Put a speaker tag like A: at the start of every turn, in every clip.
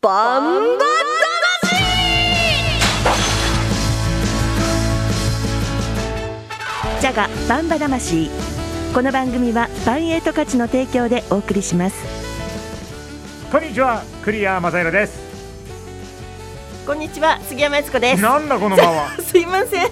A: バンバ
B: ジャガバンバ魂この番組はバンエイト価値の提供でお送りします
C: こんにちは、クリアマサイロです。
A: こんにちは杉山悦子です
C: なんだこのま は。
A: すいません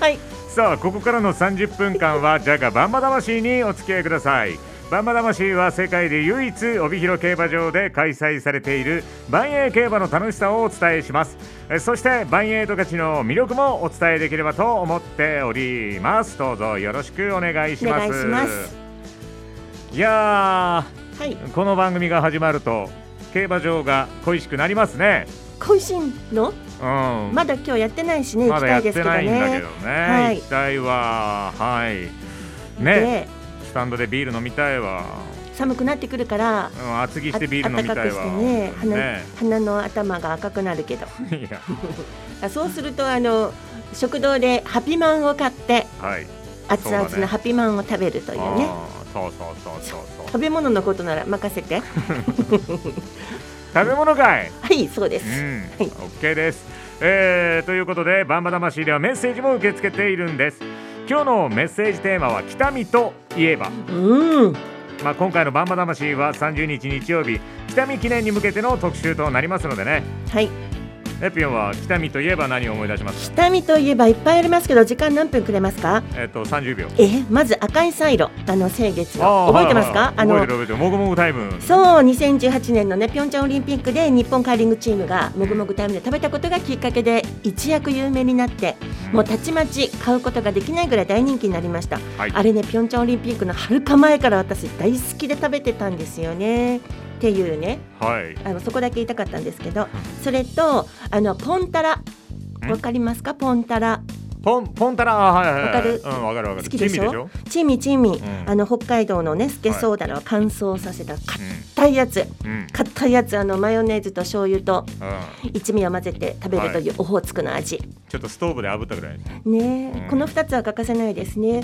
A: はい
C: さあ、ここからの30分間は、ジャガバンバ魂にお付き合いください。バンバ魂は世界で唯一帯広競馬場で開催されている万栄競馬の楽しさをお伝えしますえそして万栄と勝ちの魅力もお伝えできればと思っておりますどうぞよろしくお願いします
A: お願いします
C: いや
A: はい
C: ーこの番組が始まると競馬場が恋しくなりますね
A: 更新の
C: うん
A: まだ今日やってないしね行
C: ま
A: き
C: だ
A: た
C: や
A: い
C: って
A: ですけど
C: ないんだけ
A: ね
C: どね、
A: はい
C: 行きたいわはいね
A: で
C: スタンドでビール飲みたいわ、
A: 寒くなってくるから
C: うん、厚着
A: あ
C: してビール飲み
A: 暖か
C: た
A: く
C: い
A: し
C: わ
A: てね鼻
C: ね
A: 鼻の頭が赤くなるけど
C: いや
A: あそうするとあの食堂でハピマンを買って
C: はい
A: 熱
C: そう
A: 々
C: だね
A: のハピマンを食べるというね
C: あーそうそうそうそうそう
A: 食べ物のことなら任せ て
C: 食べ物かい
A: はいそうで
C: うん、
A: す、い
C: OK です、えーということでバンバ魂ではメッセージも受け付けているんです今日のメッセージテーマは北見といえば
A: うん
C: まあ、今回の「バンバ魂」は30日日曜日北見記念に向けての特集となりますのでね
A: はい
C: エピオンは北見といえば何を思い出します
A: 北見といえばいっぱいありますけど時間何分くれますか
C: えっと30秒
A: えまず赤いサイロあの清月
C: あ
A: の
C: ー
A: 覚えてますか
C: は
A: あ
C: いはいはい覚え
A: の
C: てる覚えてるもぐもぐタイム
A: そう2018年のねピョンチャンオリンピックで日本カーリングチームがもぐもぐタイムで食べたことがきっかけで一躍有名になってもうたちまち買うことができないぐらい大人気になりました
C: はい
A: あれねピョンチャンオリンピックのはるか前から私大好きで食べてたんですよねっていうね
C: はい
A: あのそこだけ言いたかったんですけどそれとあのポンタラ
C: ん
A: わかりますかポンタラ
C: ポンポンタラあはいはいはい
A: わかる
C: うんわかるわかる
A: 好きでしょ
C: 珍味でしょ
A: チミチミ、
C: ん
A: あの北海道のねスケソウダラを乾燥させた硬いやつ
C: うんうん
A: 硬いやつあのマヨネーズと醤油と
C: うん
A: 一味を混ぜて食べるというオホーツクの味、
C: ちょっとストーブで炙ったぐらい
A: ねえ、
C: うん
A: この2つは欠かせないですね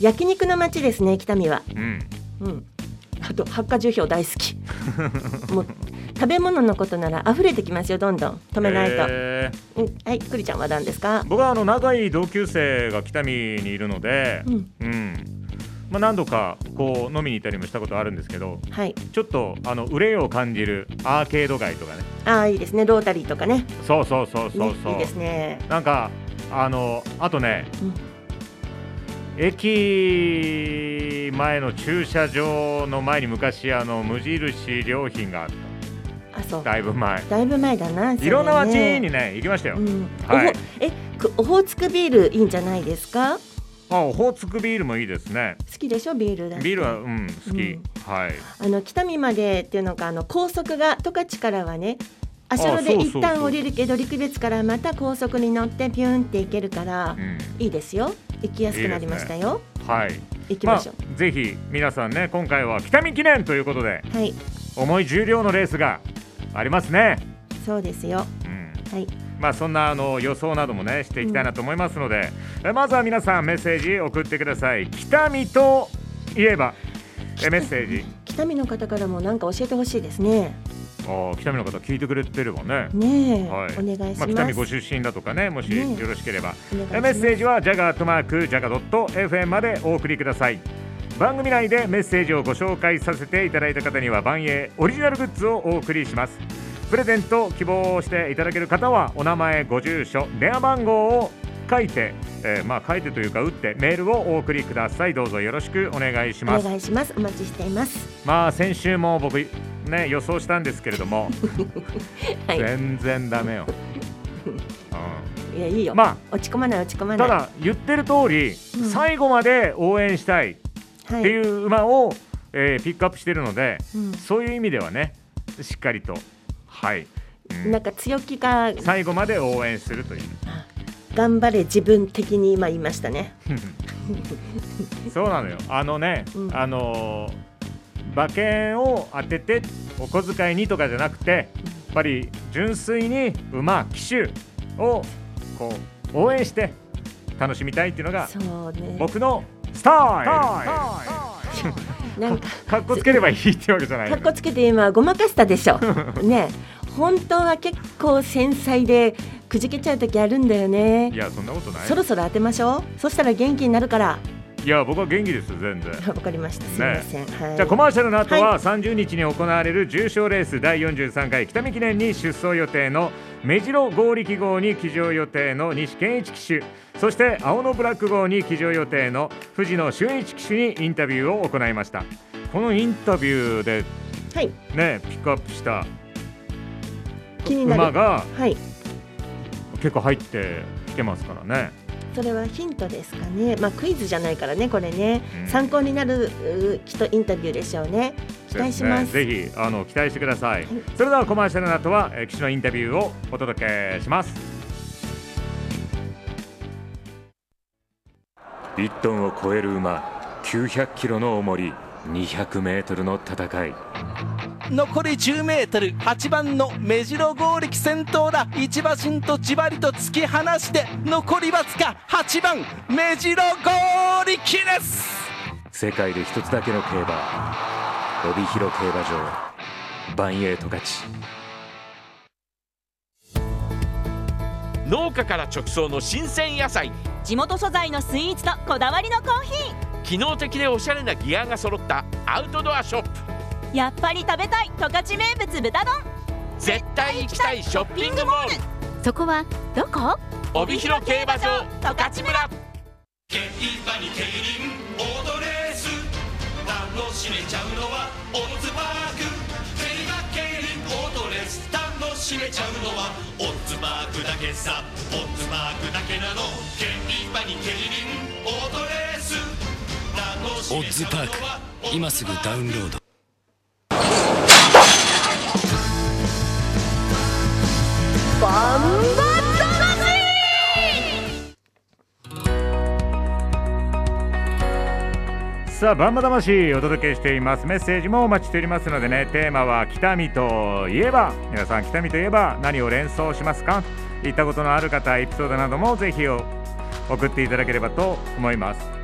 A: 焼肉の街ですね北見は
C: うん
A: うんあと八花樹氷大好 きもう食べ物のことなら溢れてきますよどんどん止めないと、
C: えー
A: うん、はいくりちゃんは何ですか
C: 僕はあの仲いい同級生が北見にいるので
A: うん
C: うんまあ何度かこう飲みに行ったりもしたことあるんですけど
A: はい
C: ちょっとあの憂いを感じるアーケード街とかね
A: ああいいですねロータリーとかね
C: そうそうそう
A: ね
C: そうそう、
A: いいですね
C: なんかあのあとね、
A: うん
C: 駅前の駐車場の前に昔あの無印良品があっ
A: あそう
C: ただいぶ前
A: だいぶ前だな、それね
C: いろんな街にね行きましたよ、
A: うん、
C: は
A: お
C: い
A: ほえくオホーツクビールいいんじゃないですか
C: あオホーツクビールもいいですね
A: 好きでしょビールだって
C: ビールはうん好き、
A: うん
C: はい
A: あの北見までっていうのがあの高速が十勝からはね足
C: あ
A: 代
C: そう
A: で
C: そうそ
A: 一
C: う
A: 旦降りるけど陸別からまた高速に乗ってピュンって行けるから
C: うん
A: いいですよ行きやすくなりましたよ
C: はい
A: 行きましょう、
C: あぜひ皆さんね今回は北見記念ということで
A: はい
C: 重い重量のレースがありますね、
A: そうですよ
C: うん、
A: はい
C: まあそんなあの予想などもねしていきたいなと思いますので、えまずは皆さんメッセージ送ってください北見といえばえメッセージ
A: 北見の方からもなんか教えてほしいですね
C: あー北見の方聞いてくれてればね
A: ねえ、
C: はい
A: お願いし
C: ま
A: ま
C: あ、
A: す、
C: 北見ご出身だとかねもし
A: ね
C: よろしければ、
A: お願いします
C: えメッセージはジャガートマークジャガドット FM までお送りください番組内でメッセージをご紹介させていただいた方には番営オリジナルグッズをお送りしますプレゼントを希望していただける方はお名前ご住所電話番号を書いて、えーまあ書いてというか打ってメールをお送りくださいどうぞよろしくお願いしま
A: お
C: す
A: 願いしますお待ちしています
C: まあ先週も僕ね予想したんですけれども
A: はい
C: 全然ダメよ、うん
A: いやいいよ、
C: ま
A: 落ち込まない落ち込ま
C: あ
A: ない
C: ただ言ってる通り、
A: うん
C: 最後まで応援したいっ
A: は
C: てい
A: いう
C: 馬を、えーピックアップしてるので
A: うん
C: そういう意味ではねしっかりとはい、うん
A: なんか強気が
C: 最後まで応援するという
A: 頑張れ自分的に今言いましたね
C: そうなのよあのね、
A: うん
C: あのー馬券を当ててお小遣いにとかじゃなくてやっぱり純粋に馬騎手をこう応援して楽しみたいっていうのが
A: そうね
C: 僕のスタイル
A: なんか
C: かっこつければいいってわけじゃない
A: か
C: よ
A: っこつけて今ごまかしたでしょねえ本当は結構繊細でくじけちゃう時あるんだよね
C: いやそんなことない
A: そろそろ当てましょうそしたら元気になるから
C: いや僕は元気ですよ全然
A: わかりましたすみません、はい
C: じゃあコマーシャルの後
A: は
C: は30日に行われる重賞レース第43回北見記念に出走予定の目白合力号に騎乗予定の西健一騎手そして青野ブラック号に騎乗予定の藤野俊一騎手にインタビューを行いましたこのインタビューで
A: はい
C: ねピックアップした
A: 気になる
C: 馬が
A: はい
C: 結構入ってきてますからね
A: それはヒントですかねまあクイズじゃないからねこれね、
C: うん
A: 参考になるうきっとインタビューでしょうね期待します
C: そうですねぜひあの期待してください、それではコマーシャルの後はえー騎手のインタビューをお届けします
D: 1トンを超える馬900キロの重り200メートルの戦い
E: 残り 10m8 番の目白剛力先頭だ一馬身とじわりと突き放して残りわずか8番目白剛力です
D: 世界で一つだけの競馬帯広競馬場バンエイト勝ち
F: 農家から直送の新鮮野菜
G: 地元素材のスイーツとこだわりのコーヒ
F: 機能的でおしゃれなギアが揃ったアウトドアショップ
G: ーやっぱり食べたい十勝名物豚丼
F: 絶対行きたいショッピングモール
G: そこはどこ
F: 帯広競馬場十勝村
H: 競馬に競輪オートレース楽しめちゃうのはオッズパーク競馬競輪オートレース楽しめちゃうのはオッズパークだけさオッズパークだけなの競馬に競輪オートレース楽し
I: オ
H: め
I: ッ
H: ち
I: ズ
H: ゃう
I: パ
H: の
I: ーク
H: は
I: 今すぐダウンロード
C: さあバンバ魂お届けしていますメッセージもお待ちしておりますのでねテーマは北見といえば皆さん北見といえば何を連想しますか行ったことのある方エピソードなどもぜひお送っていただければと思います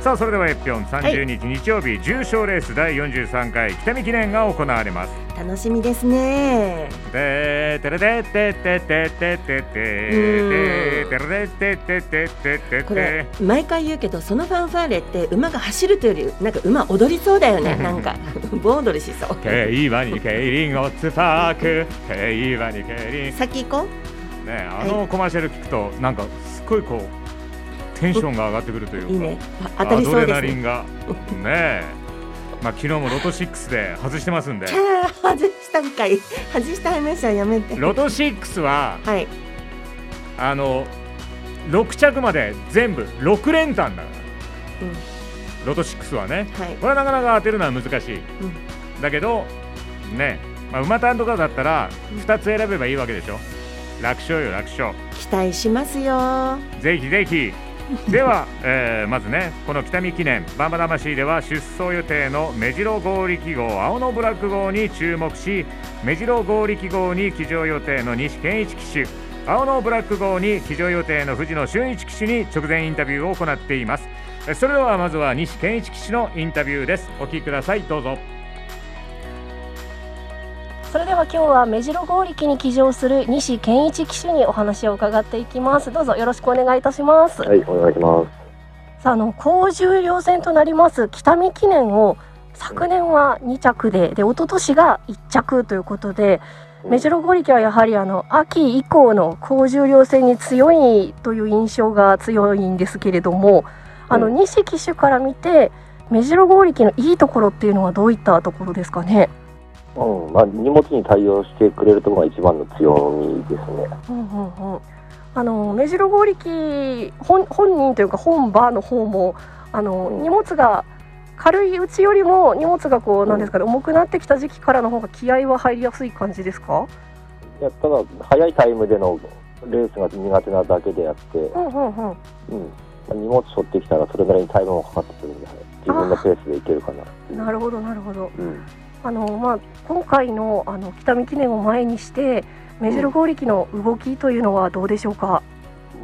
C: さあそれではエッピョン30日日曜日、重賞レース第43回北見記念が行われます
A: 楽しみですね
C: でーてれでてててててて
A: う
C: て
A: ん
C: てれでててててて
A: こ
C: て
A: れ毎回言うけどそのファンファーレって馬が走るというよりなんか馬踊りそうだ よねなんか 盆踊りしそう
C: 競馬に競輪オッツパーク競馬に競輪
A: 先行こう
C: ね、あのコマーシャル聞くと、なんかすごいこうテンションが上がってくるというか、
A: いいねあ当たりそうで
C: アドレナ
A: す
C: リ
A: ね
C: ンがねえ、まあ昨日もロト6で外してますんで、
A: キャー外したんかい外した話はやめて
C: ロト6は
A: はい
C: あの6着まで全部6連単だから、ロト6はね、
A: はい
C: これはなかなか当てるのは難しい、
A: う
C: だけどねえ、まあ、馬単とかだったら2つ選べばいいわけでしょ楽勝よ楽勝
A: 期待しますよ
C: ぜひぜひ。では、 えーまずねこの北見記念バンバ魂では出走予定の目白合力号青のブラック号に注目し目白合力号に騎乗予定の西健一騎手青のブラック号に騎乗予定の藤野俊一騎手に直前インタビューを行っていますえそれではまずは西健一騎手のインタビューですお聞きくださいどうぞ
J: それでは今日は目白合力に騎乗する西健一騎手にお話を伺っていきますどうぞよろしくお願いいたします
K: はい、お願いします。
J: さああの高重量戦となります北見記念を昨年は2着でで一昨年が1着ということで目白合力はやはりあの秋以降の高重量戦に強いという印象が強いんですけれどもあの
K: うん
J: 西騎手から見て目白合力のいいところっていうのはどういったところですかね、
K: うん、まあ、荷物に対応してくれるところが一番の強みですね。
J: うんうんうん、あの目白合力本本人というか本場の方もあの、
K: うん
J: 荷物が軽いうちよりも荷物がこう、なんですかね重くなってきた時期からの方が気合は入りやすい感じですか？
K: いや、ただ、早いタイムでのレースが苦手なだけであって、
J: うんうんうん。
K: うん。まあ荷物背負ってきたら、それなりにタイムもかかってくるんで、自分のペースでいけるかな。
J: なるほどなるほど。
K: うん。
J: あのまあ今回のあの北見記念を前にして目白合力の動きというのはどうでしょうか？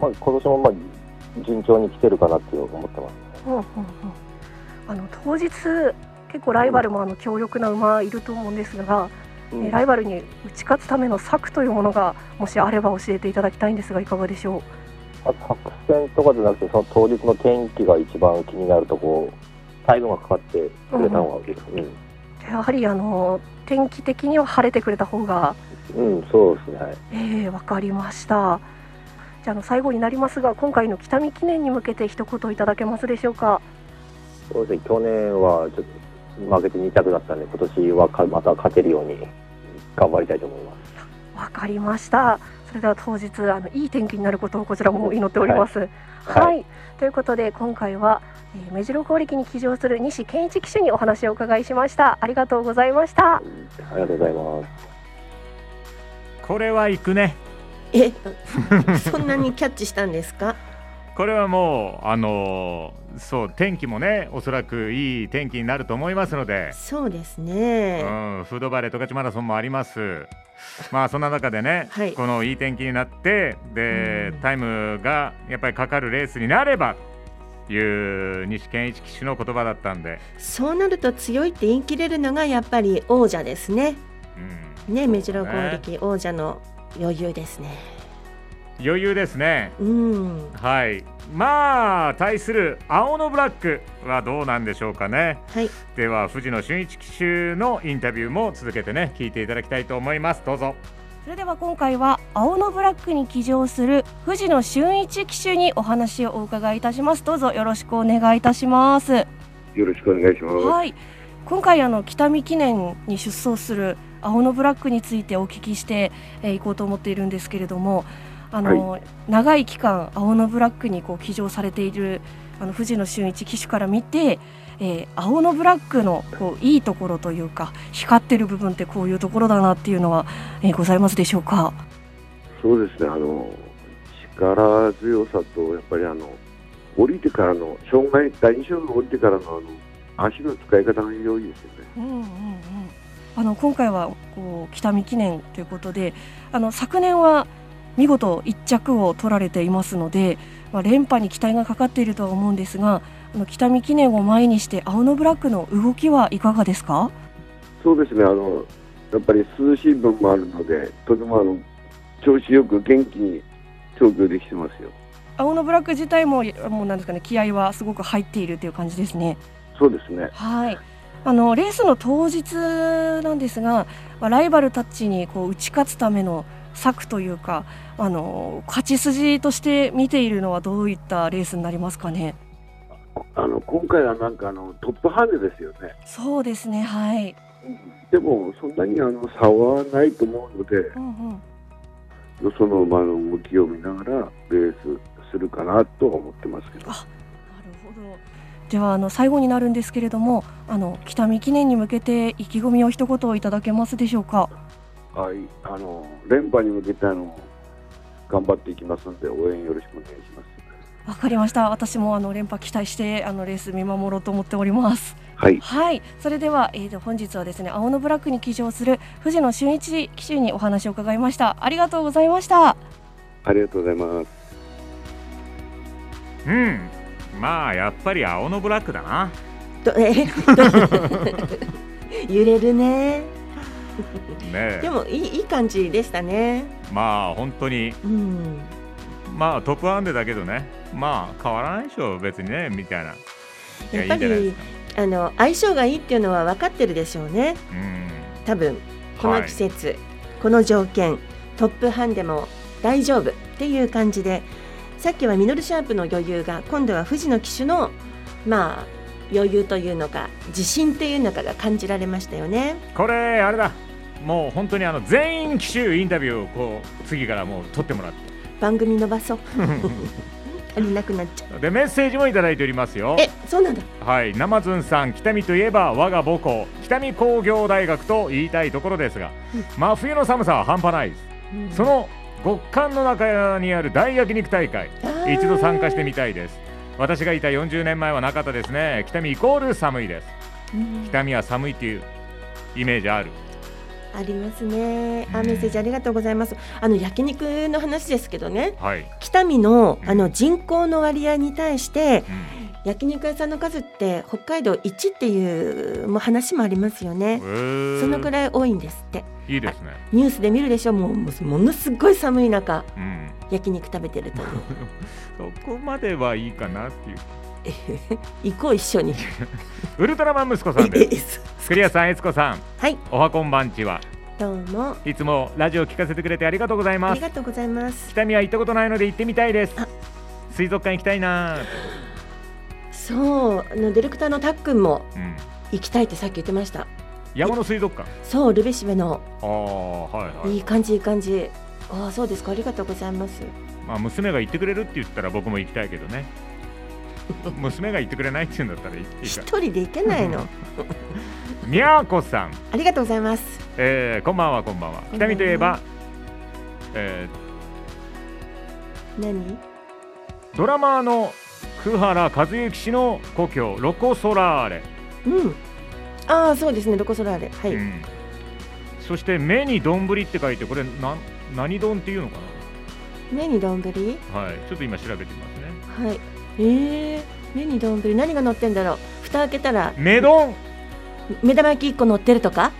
K: まあ、今年も、まあ、順調に来てるかなって思ってます。
J: うんうんうん。あの当日結構ライバルもあの強力な馬いると思うんですが。
L: えーライバルに打ち勝つための策というものがもしあれば教えていただきたいんですがいかがでしょ
K: 作戦とかじゃなくて、その当日の天気が一番気になるとこタイムがかかってくれた方がいいです、
L: うやはりあの天気的には晴れてくれた方が
K: うん、うん、そうですね、はい。
L: えー、わかりました。じゃああの最後になりますが、今回の北見記念に向けて一言いただけますでしょうか。
K: そうですね、去年はちょっと負けて2着だったんで、今年はかまた勝てるように頑張りたいと思います。
L: わかりました。それでは当日あのいい天気になることをこちらも祈っております。はい、ということで今回は、えー、目白光力に騎乗する西健一騎手にお話をお伺いしました。ありがとうございました。
K: ありがとうございます。
C: これは行くね
A: え そんなにキャッチしたんですか
C: これはもうあのーそう天気もねおそらくいい天気になると思いますので
A: そうです
C: う
A: ね
C: ん、フードバレー十勝マラソンもあります。まあそんな中でね、
A: はい
C: このいい天気になってで、タイムがやっぱりかかるレースになればという西健一騎手の言葉だったんで、
A: そうなると強いって言い切れるのがやっぱり王者ですね
C: うん、
A: ね目白剛力王者の余裕ですね
C: 余裕ですね。
A: うん
C: はいまあ対する青のブラックはどうなんでしょうかね
A: はい
C: では藤野俊一騎手のインタビューも続けてね聞いていただきたいと思いますどうぞ
J: それでは今回は青のブラックに騎乗する藤野俊一騎手にお話をお伺いいたしますどうぞよろしくお願いいたします
M: よろしくお願いします。
J: はい今回あの北見記念に出走する青のブラックについてお聞きしてえーいこうと思っているんですけれどもあの、長い期間青のブラックにこう騎乗されているあの藤野俊一騎手から見て、えー青のブラックのこういいところというか光ってる部分ってこういうところだなっていうのは、えーございますでしょうか。
M: そうですね、あの力強さと、やっぱりあの降りてからの、障害、第二障害降りてからのあの足の使い方が良いですよね。
J: うんうんうん、あの今回はこう北見記念ということであの昨年は見事1着を取られていますので、まあ、連覇に期待がかかっているとは思うんですがあの北見記念を前にして青のブラックの動きはいかがですか
M: そうですね、あのやっぱり涼しい分もあるので、とてもあの調子よく元気に調教できてますよ。
J: 青のブラック自体ももうなんですか、ね、気合はすごく入っているという感じですね。
M: そうですね。
J: はい。あのレースの当日なんですが、まあライバルたちにこう打ち勝つための策というか、あの勝ち筋として見ているのはどういったレースになりますかね。
M: あの今回はなんかあのトップハンデですよね。
J: そうですね、はい。
M: でもそんなにあの差はないと思うので、
J: うんうん。
M: よその馬の動きを見ながらレースするかなとは思ってますけど。
J: ではあの最後になるんですけれども、あの北見記念に向けて意気込みを一言いただけますでしょうか。
M: はい、あの連覇に向けてあの頑張っていきますので応援よろしくお願いします。
J: わかりました。私もあの連覇期待してあのレース見守ろうと思っております。
M: はい。
J: それではえーと本日はですね、青のブラックに騎乗する藤野俊一騎手にお話を伺いました。ありがとうございました。
M: ありがとうございます。
C: うんまあやっぱり青のブラックだな
A: と え揺れるね
C: ね
A: でもいいいい感じでしたね
C: まあ本当に
A: うん
C: まあトップハンデだけどねまあ変わらないでしょ別にねみたいない
A: や
C: や
A: っ
C: い
A: ぱ
C: いんじゃないで
A: り
C: すか
A: あの相性がいいっていうのは分かってるでしょうね
C: うん
A: 多分この季節、この条件トップハンデも大丈夫っていう感じでさっきはミノルシャープの余裕が今度は富士の騎手のまあ余裕というのか自信っていうのかが感じられましたよね
C: これあれだもう本当にあの全員騎手インタビューをこう次からもう取ってもらって
A: 番組伸ば そう足りなくなっちゃう
C: でメッセージもいただいておりますよ
A: えそうなんだ
C: はい、生ずんさん、北見といえば我が母校、北見工業大学と言いたいところですが、真冬の寒さは半端ないです。その極寒の中にある大焼肉大会、一度参加してみたいです。私がいた40年前はなかったですね。北見イコール寒いです。北見は寒いっていうイメージある。
A: ありますねあメッセージありがとうございますあの焼肉の話ですけどね
C: はい。
A: 北見のあの人口の割合に対して、焼肉屋さんの数って北海道1っていうもう話もありますよね。そのくらい多いんですって。
C: いいですね。
A: ニュースで見るでしょもうもうものすごい寒い中、
C: うん。
A: 焼肉食べてる という
C: そこまではいいかなっていう。
A: 行こう一緒に
C: ウルトラマン息子さん です。クリアさん、悦子さん。
A: はい。
C: おはこんばんちは。
A: どうも
C: いつもラジオ聞かせてくれてありがとうござい
A: あ
C: ま
A: り
C: す。
A: がとうございます
C: 北見は行ったことないので行ってみたいです。水族館行きたいなーって。
A: そうあのディレクターのたっくんも
C: うん。
A: 行きたいってさっき言ってました
C: 山の水族館。
A: そうルベシベの
C: ああ、はいはい。
A: いい感じいい感じああそうですかありがとうございます
C: まあ、娘が行ってくれるって言ったら僕も行きたいけ どね娘が行ってくれないって言うんだったら行っていいか
A: 一人で行けないの
C: みやこさん、
A: ありがとうございます
C: えーこんばんはこんばんは
A: こんばんは
C: 北見といえば、え
A: 何
C: ードラマーの久原和幸氏の故郷ロコ・ソラーレ、
A: うんああそうですねロコソラーレはい、
C: うんそして目にどんぶりって書いてこれなん何丼っていうのか
A: 目にどんぶり
C: なはいちょっと今調べてみますね
A: はいえー、目にどんぶり何が乗ってんだろう蓋開けたら
C: 目丼
A: 目玉焼き1個乗ってるとか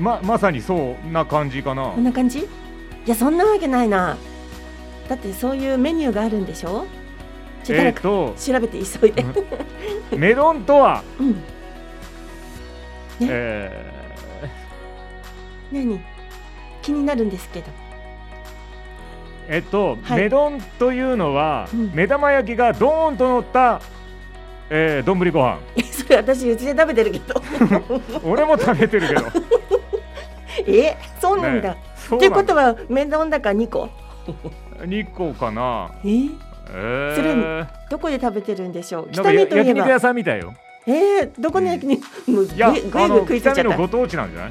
C: ままさにそうな感じかな
A: こんな感じいやそんなわけないなだってそういうメニューがあるんでしょちょっ
C: え
A: と
C: っ、と
A: 調べて急いで
C: メロンとは、
A: うん
C: え
A: 何気になるんですけど
C: ーえっと、
A: はい
C: メロンというのは、目玉焼きがドーンと乗った、えー、丼ご 飯
A: それ私うちで食べてるけど
C: 俺も食べてるけど
A: えそうなんだ、
C: ね
A: と
C: そう
A: いう
C: な
A: こ
C: んだ
A: とはメロンだから2個
C: 2個かな
A: えー
C: えー
A: それどこで食べてるんでしょう
C: な
A: 北
C: んかや
A: 見とい
C: 焼
A: え
C: 肉屋
A: ば
C: さんみたいよ
A: えー、どこの焼き肉、もうぐい
C: いや
A: ぐいぐい
C: あの
A: 食いついちゃ
C: 北
A: った
C: 見のご
A: 行
C: 当地なんじゃな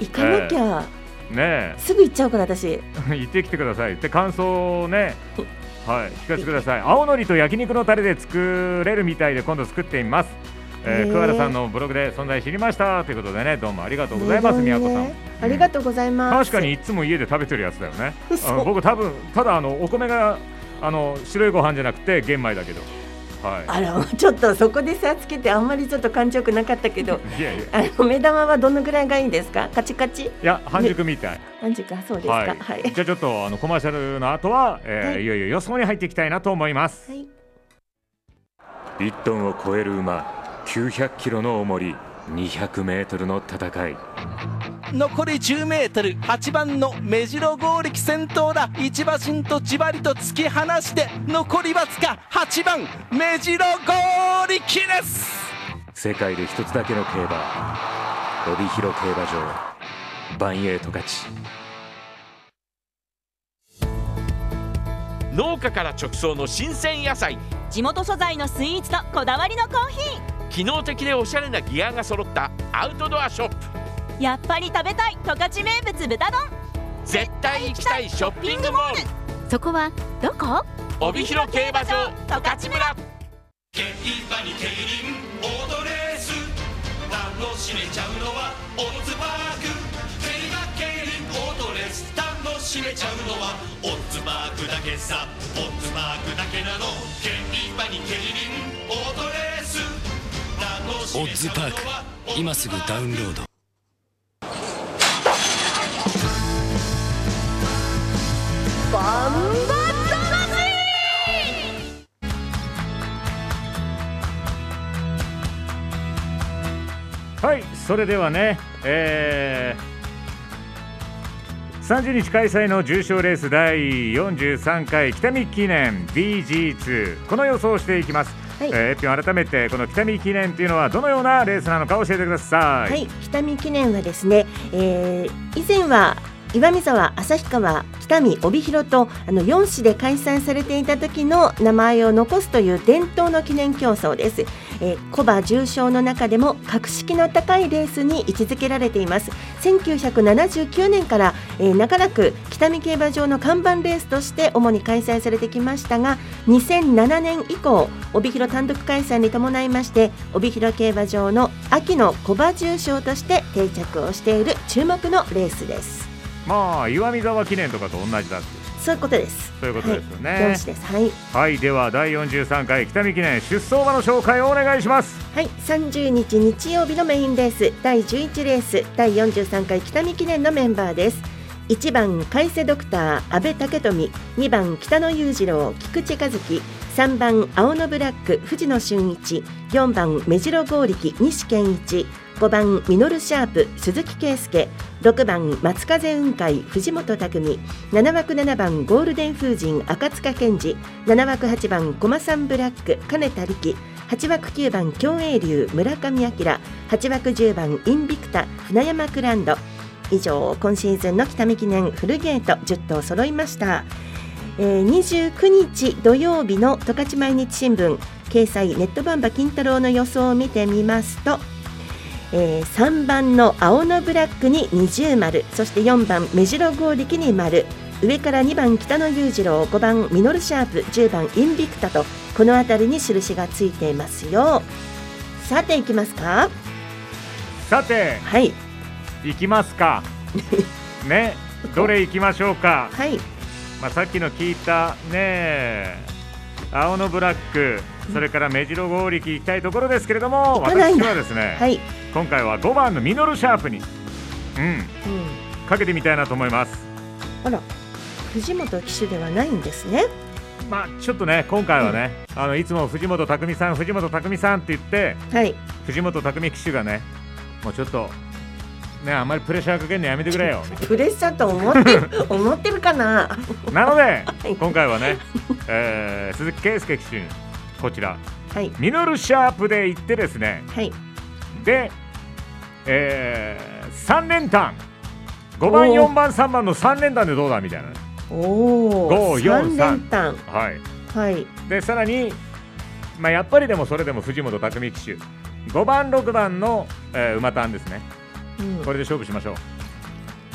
C: い
A: かなきゃ、
C: ね
A: すぐ行っちゃうから私
C: え 行ってきてくださいって感想をねはい聞かせてください青のりと焼肉のタレで作れるみたいで今度作ってみます、
A: へ
C: えー、
A: え
C: 桑原さんのブログで存在知りましたということでねどうもありがとうございます宮子さん
A: ありがとうございます
C: 確かにいつも家で食べてるやつだよね
A: 嘘
C: あの僕多分ただあのお米があの白いご飯じゃなくて玄米だけどはい
A: あらちょっとそこで差つけてあんまりちょっと感じよくなかったけど
C: いやいや
A: あの目玉はどのぐらいがいいんですかカチカチ
C: いや半熟みたい、
A: 何時かそうですか
C: は
A: はいい、
C: じゃあちょっとあのコマーシャルの後は、えーい、よいよ予想に入っていきたいなと思います、
D: 1トンを超える馬900キロの重り200メートルの戦い
N: 残り10メートル8番の目白剛力先頭だ一馬身とじわりと突き放して残りわずか8番目白剛力です
D: 世界で一つだけの競馬帯広競馬場バンエイト勝ち
F: 農家から直送の新鮮野菜
G: 地元素材のスイーツとこだわりのコーヒ
F: 機能的でおしゃれなギアが揃ったアウトドアショップ
G: ーやっぱり食べたい十勝名物豚丼
F: 絶対行きたいショッピングモール
G: そこはどこ
F: 帯広競馬場
G: 十勝村
O: 競馬に競輪オートレース楽しめちゃうのはオッズパーク競馬競輪オートレース楽しめちゃうのはオッズパークだけさオッズパークだけなの競馬に競輪オートレース楽し
P: オッズパーク今すぐダウンロード
O: バンバ
C: はいそれではねえー30日開催の重賞レース第43回北見記念 DG2 この予想をしていきます、えーエッピン改めてこの北見記念というのはどのようなレースなのか教えてください
A: はい、北見記念はですね、えー以前は岩見沢、旭川、北見、帯広とあの4市で開催されていた時の名前を残すという伝統の記念競争です。えー、コバ重賞の中でも格式の高いレースに位置づけられています。1979年から、えー長らく北見競馬場の看板レースとして主に開催されてきましたが、2007年以降帯広単独開催に伴いまして帯広競馬場の秋の小馬重賞として定着をしている注目のレースです
C: まあ岩見沢記念とかと同じだって
A: そういうことです。
C: ということですよね
A: はい漁師です。はい。
C: はいでは第43回北見記念出走馬の紹介をお願いします
A: はい、30日日曜日のメインレース第11レース第43回北見記念のメンバーです1番海瀬ドクター阿部武富2番北野裕次郎菊池和樹3番青野ブラック藤野俊一4番目白剛力西健一5番ミノルシャープ鈴木圭介6番松風雲海藤本拓海7枠7番ゴールデン風神赤塚健二7枠8番駒さんブラック金田力8枠9番共栄流村上明8枠10番インビクタ船山クランド以上今シーズンの北見記念フルゲート10頭揃いました、えー、29日土曜日の十勝毎日新聞掲載ネットバンバ金太郎の予想を見てみますとえー3番の青のブラックに二重丸そして4番目白剛力に丸上から2番北野裕次郎5番ミノルシャープ10番インビクタとこの辺りに印がついていますよさていきますか
C: さて
A: はい
C: 行きます かねどれ行きましょうか
A: はい
C: まあ、さっきの聞いたね青のブラックそれから目白剛力行きたいところですけれども
A: 行かないん
C: 私
A: だ
C: はですね、
A: はい、
C: 今回は5番のミノルシャープに、うん、
A: うん、
C: かけてみたいなと思います
A: あら藤本騎手ではないんですね
C: まあちょっとね今回はね、あのいつも藤本拓海さん藤本拓海さんって言って
A: はい
C: 藤本拓海騎手がねもうちょっとねあんまりプレッシャーかけるのやめてくれよ
A: プレッシャーと思ってる 思ってるかな
C: なので今回はね、えー鈴木圭介騎手にこちら
A: はい
C: ミノルシャープで行ってですね
A: はい
C: で、え3連単5番
A: おー
C: 4番3番の3連単でどうだみたいなね
A: おお
C: 5 4 3
A: 連単
C: はい
A: はい
C: でさらに、まあ、やっぱりでもそれでも藤本拓海騎手5番6番の、えー馬単ですね
A: うん
C: これで勝負しましょう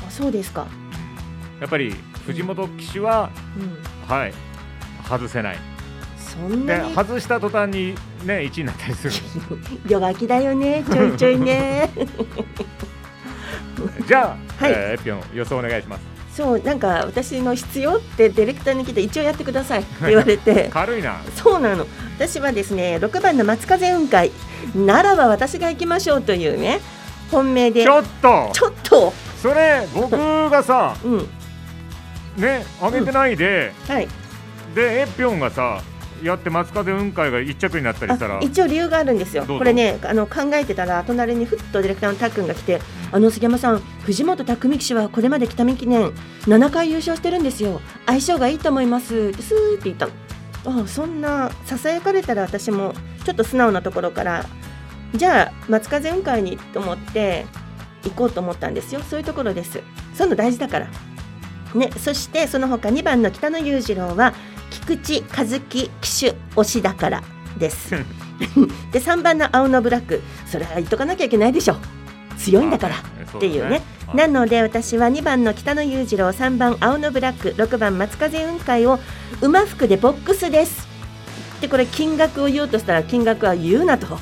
A: あそうですか
C: やっぱり藤本騎手は、
A: うん
C: はい外せない
A: そん
C: で
A: なに
C: 外した途端にね1位になったりする
A: 弱気だよねちょいちょい ね
C: じゃ あ、
A: はい
C: えーエピオン予想お願いします
A: そうなんか私の必要ってディレクターに聞いて一応やってくださいって言われて
C: 軽いな
A: そうなの私はですね6番の松風雲海ならば私が行きましょうというね本命で
C: ちょっと
A: ちょっと
C: それ僕がさ、ね上げてないで、
A: はい
C: でエピオンがさやって松風雲海が1着になったりしたら
A: 一応理由があるんですよ、
C: どうぞ
A: これねあの考えてたら、隣にふっとディレクターのたっくんが来て、あの杉山さん、藤本匠騎手はこれまで北見記念、7回優勝してるんですよ、相性がいいと思います、スーって言ったの、あそんな、ささやかれたら私もちょっと素直なところから、じゃあ、松風雲海にと思って、行こうと思ったんですよ、そういうところです、そういうの大事だから。ね、そしてその他2番の北野裕次郎は菊池和樹騎手推しだからです。 で3番の青のブラックそれは言っとかなきゃいけないでしょ強いんだからっていうね
C: そう
A: な
C: だね
A: ので私は2番の北野裕次郎3番青のブラック6番松風雲海を馬服でボックスですでこれ金額を言おうとしたら金額は言うなと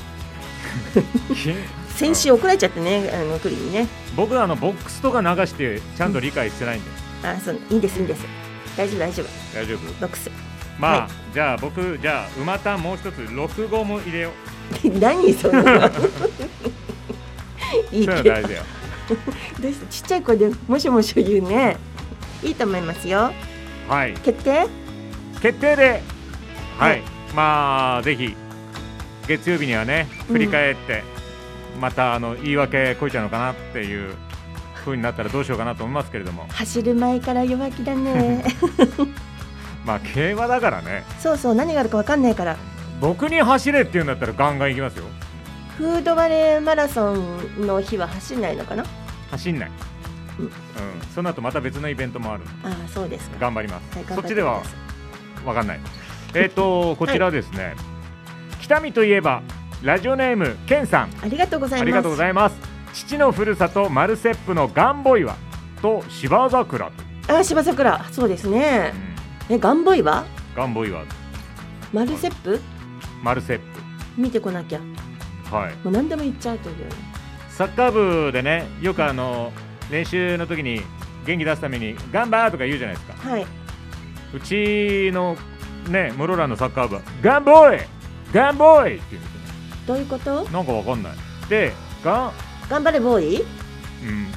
A: 先週怒られちゃってねあのクリにね
C: 僕はあのボックスとか流してちゃんと理解してないんで
A: あそういいんですいいんです大丈夫大丈夫
C: 大丈夫
A: ボックス
C: まあ、
A: は
C: じゃあ僕じゃあ馬単もう一つ6号も入れよう
A: 何それ いい
C: そういうの
A: けど
C: 大事だよ
A: どうしてちっちゃい声でもしもし言うねいいと思いますよ
C: はい
A: 決定
C: 決定ではい、まあぜひ月曜日にはね振り返って、またあの言い訳こいちゃうのかなっていう風になったらどうしようかなと思いますけれども
A: 走る前から弱気だ ね
C: まあ競馬だからね
A: そうそう何があるかわかんないから
C: 僕に走れって言うんだったらガンガン行きますよ
A: フードバレーマラソンの日は走んないのかな
C: 走んない、うん、その後また別のイベントもある
A: ああそうですか
C: 頑張ります、
A: はい頑張って
C: そっちではわかん ないえっ、とこちらですね、北見といえばラジオネームケンさん
A: ありがとうございます
C: ありがとうございます父のふるさとマルセップのガンボイワと芝桜と
A: ああ芝桜そうですね、えガンボイは
C: ガンボイワ
A: マルセップ
C: マルセッ
A: 見てこなきゃも
C: プはいう
A: 何でも言っちゃうという
C: サッカー部でねよくあの練習の時に元気出すためにガンバーとか言うじゃないですか
A: はい
C: うちのね室蘭のサッカー部は「ガンボーイガンボーイ!」って言うんですよ
A: どういうこと
C: なんかわかんないでガン、
A: 頑張れボーイ
C: うん、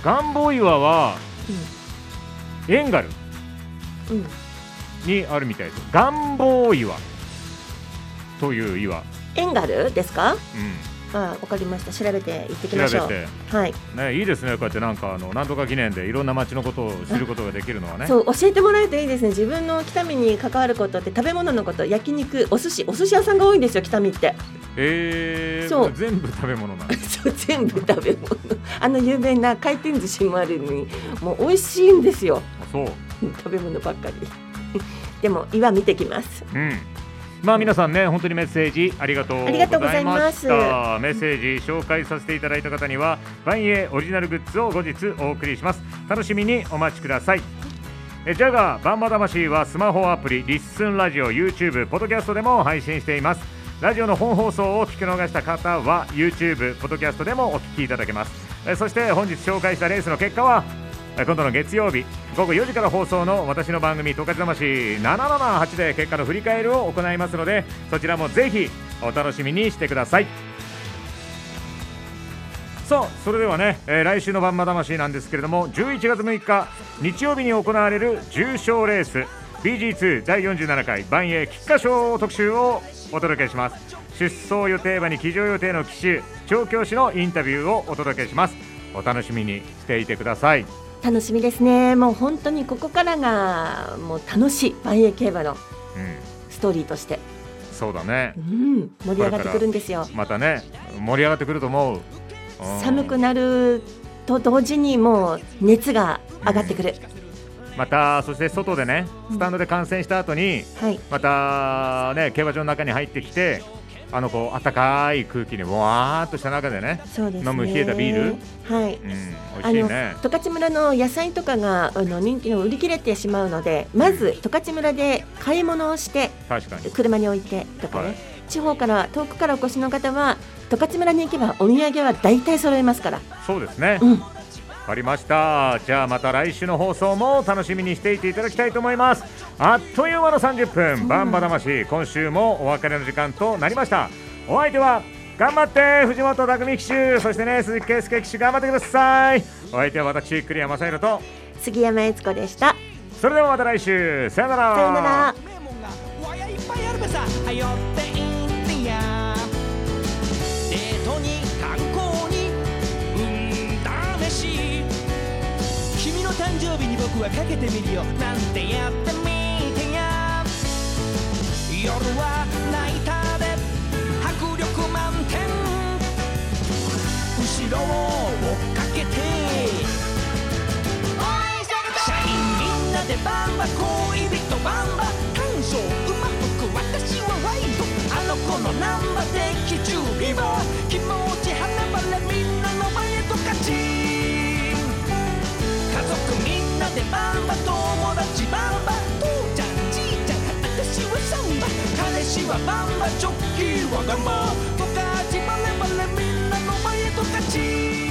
C: ガンボーイワは、エンガル
A: うん
C: にあるみたいですガンボーイワという岩、
A: エンガルですか
C: う
A: あわかりました調べて行ってき
C: ん、
A: ましょ
C: 調
A: う
C: べて
A: はい、
C: ね、いいですねこうやってなんかあのなんとか記念でいろんな街のことを知ることができるのはね
A: そう教えてもらえるといいですね自分の北見に関わることって食べ物のこと焼肉お寿司お寿司屋さんが多いんですよ北見って
C: えー、
A: そう
C: 全部食べ物なんです
A: そう全部食べ物あの有名な回転寿司もあるのにもう美味しいんですよ
C: そう
A: 食べ物ばっかり でも岩見てきます
C: うんまあ皆さんね本当にメッセージありがとう
A: ありがとうございま
C: ご
A: す
C: ざいましたメッセージ紹介させていただいた方にはバンエーオリジナルグッズを後日お送りします楽しみにお待ちくださいえジャガーバンバ魂はスマホアプリリッスンラジオ YouTube ポッドキャストでも配信していますラジオの本放送を聞き逃した方は YouTube ポッドキャストでもお聞きいただけますえそして本日紹介したレースの結果はえ今度の月曜日午後4時から放送の私の番組「十勝魂778」で結果の振り返りを行いますのでそちらもぜひお楽しみにしてくださいさあそれではね、えー来週の「バンマ魂」なんですけれども11月6日日曜日に行われる重賞レース BG2 第47回万栄菊花賞特集をお届けします出走予定馬に騎乗予定の騎手調教師のインタビューをお届けしますお楽しみにしていてください
A: 楽しみですねもう本当にここからがもう楽しい万栄競馬の
C: うん
A: ストーリーとして
C: そうだね、
A: うん盛り上がってくるんですよ
C: これからまたね盛り上がってくると思う、うん
A: 寒くなると同時にもう熱が上がってくる、
C: またそして外でねスタンドで観戦した後に、
A: はい
C: またね競馬場の中に入ってきてあのこう暖かい空気にわーっとした中でね
A: そうですね
C: 飲む冷えたビール、
A: はい
C: うん、美
A: あ
C: 味しい
A: の
C: ね
A: 十勝村の野菜とかがあの人気の売り切れてしまうのでまず十勝村で買い物をして
C: 確かに
A: 車に置いてとかね、
C: はい
A: 地方から遠くからお越しの方は十勝村に行けばお土産は大体揃えますから
C: そうですね、わかりましたじゃあまた来週の放送も楽しみにしていていただきたいと思いますあっという間の30分バンバ魂今週もお別れの時間となりましたお相手は頑張って藤本匠騎手そしてね鈴木圭介騎手頑張ってくださいお相手は私栗山正宏と
A: 杉山悦子でした
C: それではまた来週さよなら
A: さよなら
E: 通っていってやデートに観光に運試し君の誕生日に僕はかけてみるよなんてやってみてや夜はナイターで迫力満点後ろを追っかけて社員みんなでバンバ恋人バンバ感情うまく私はワイドあの子のナンバーで基準ビバ気持ち花々みんなの前と勝ち家族みんなでバンバ友達バンバ父ちゃんじいちゃん私はサンバ彼氏はバンバチョッキーわがままとかちバレバレみんなの前と勝ち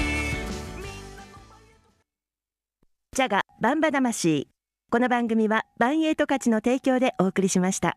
B: ジャガバンバ魂この番組はバンエイト勝ちの提供でお送りしました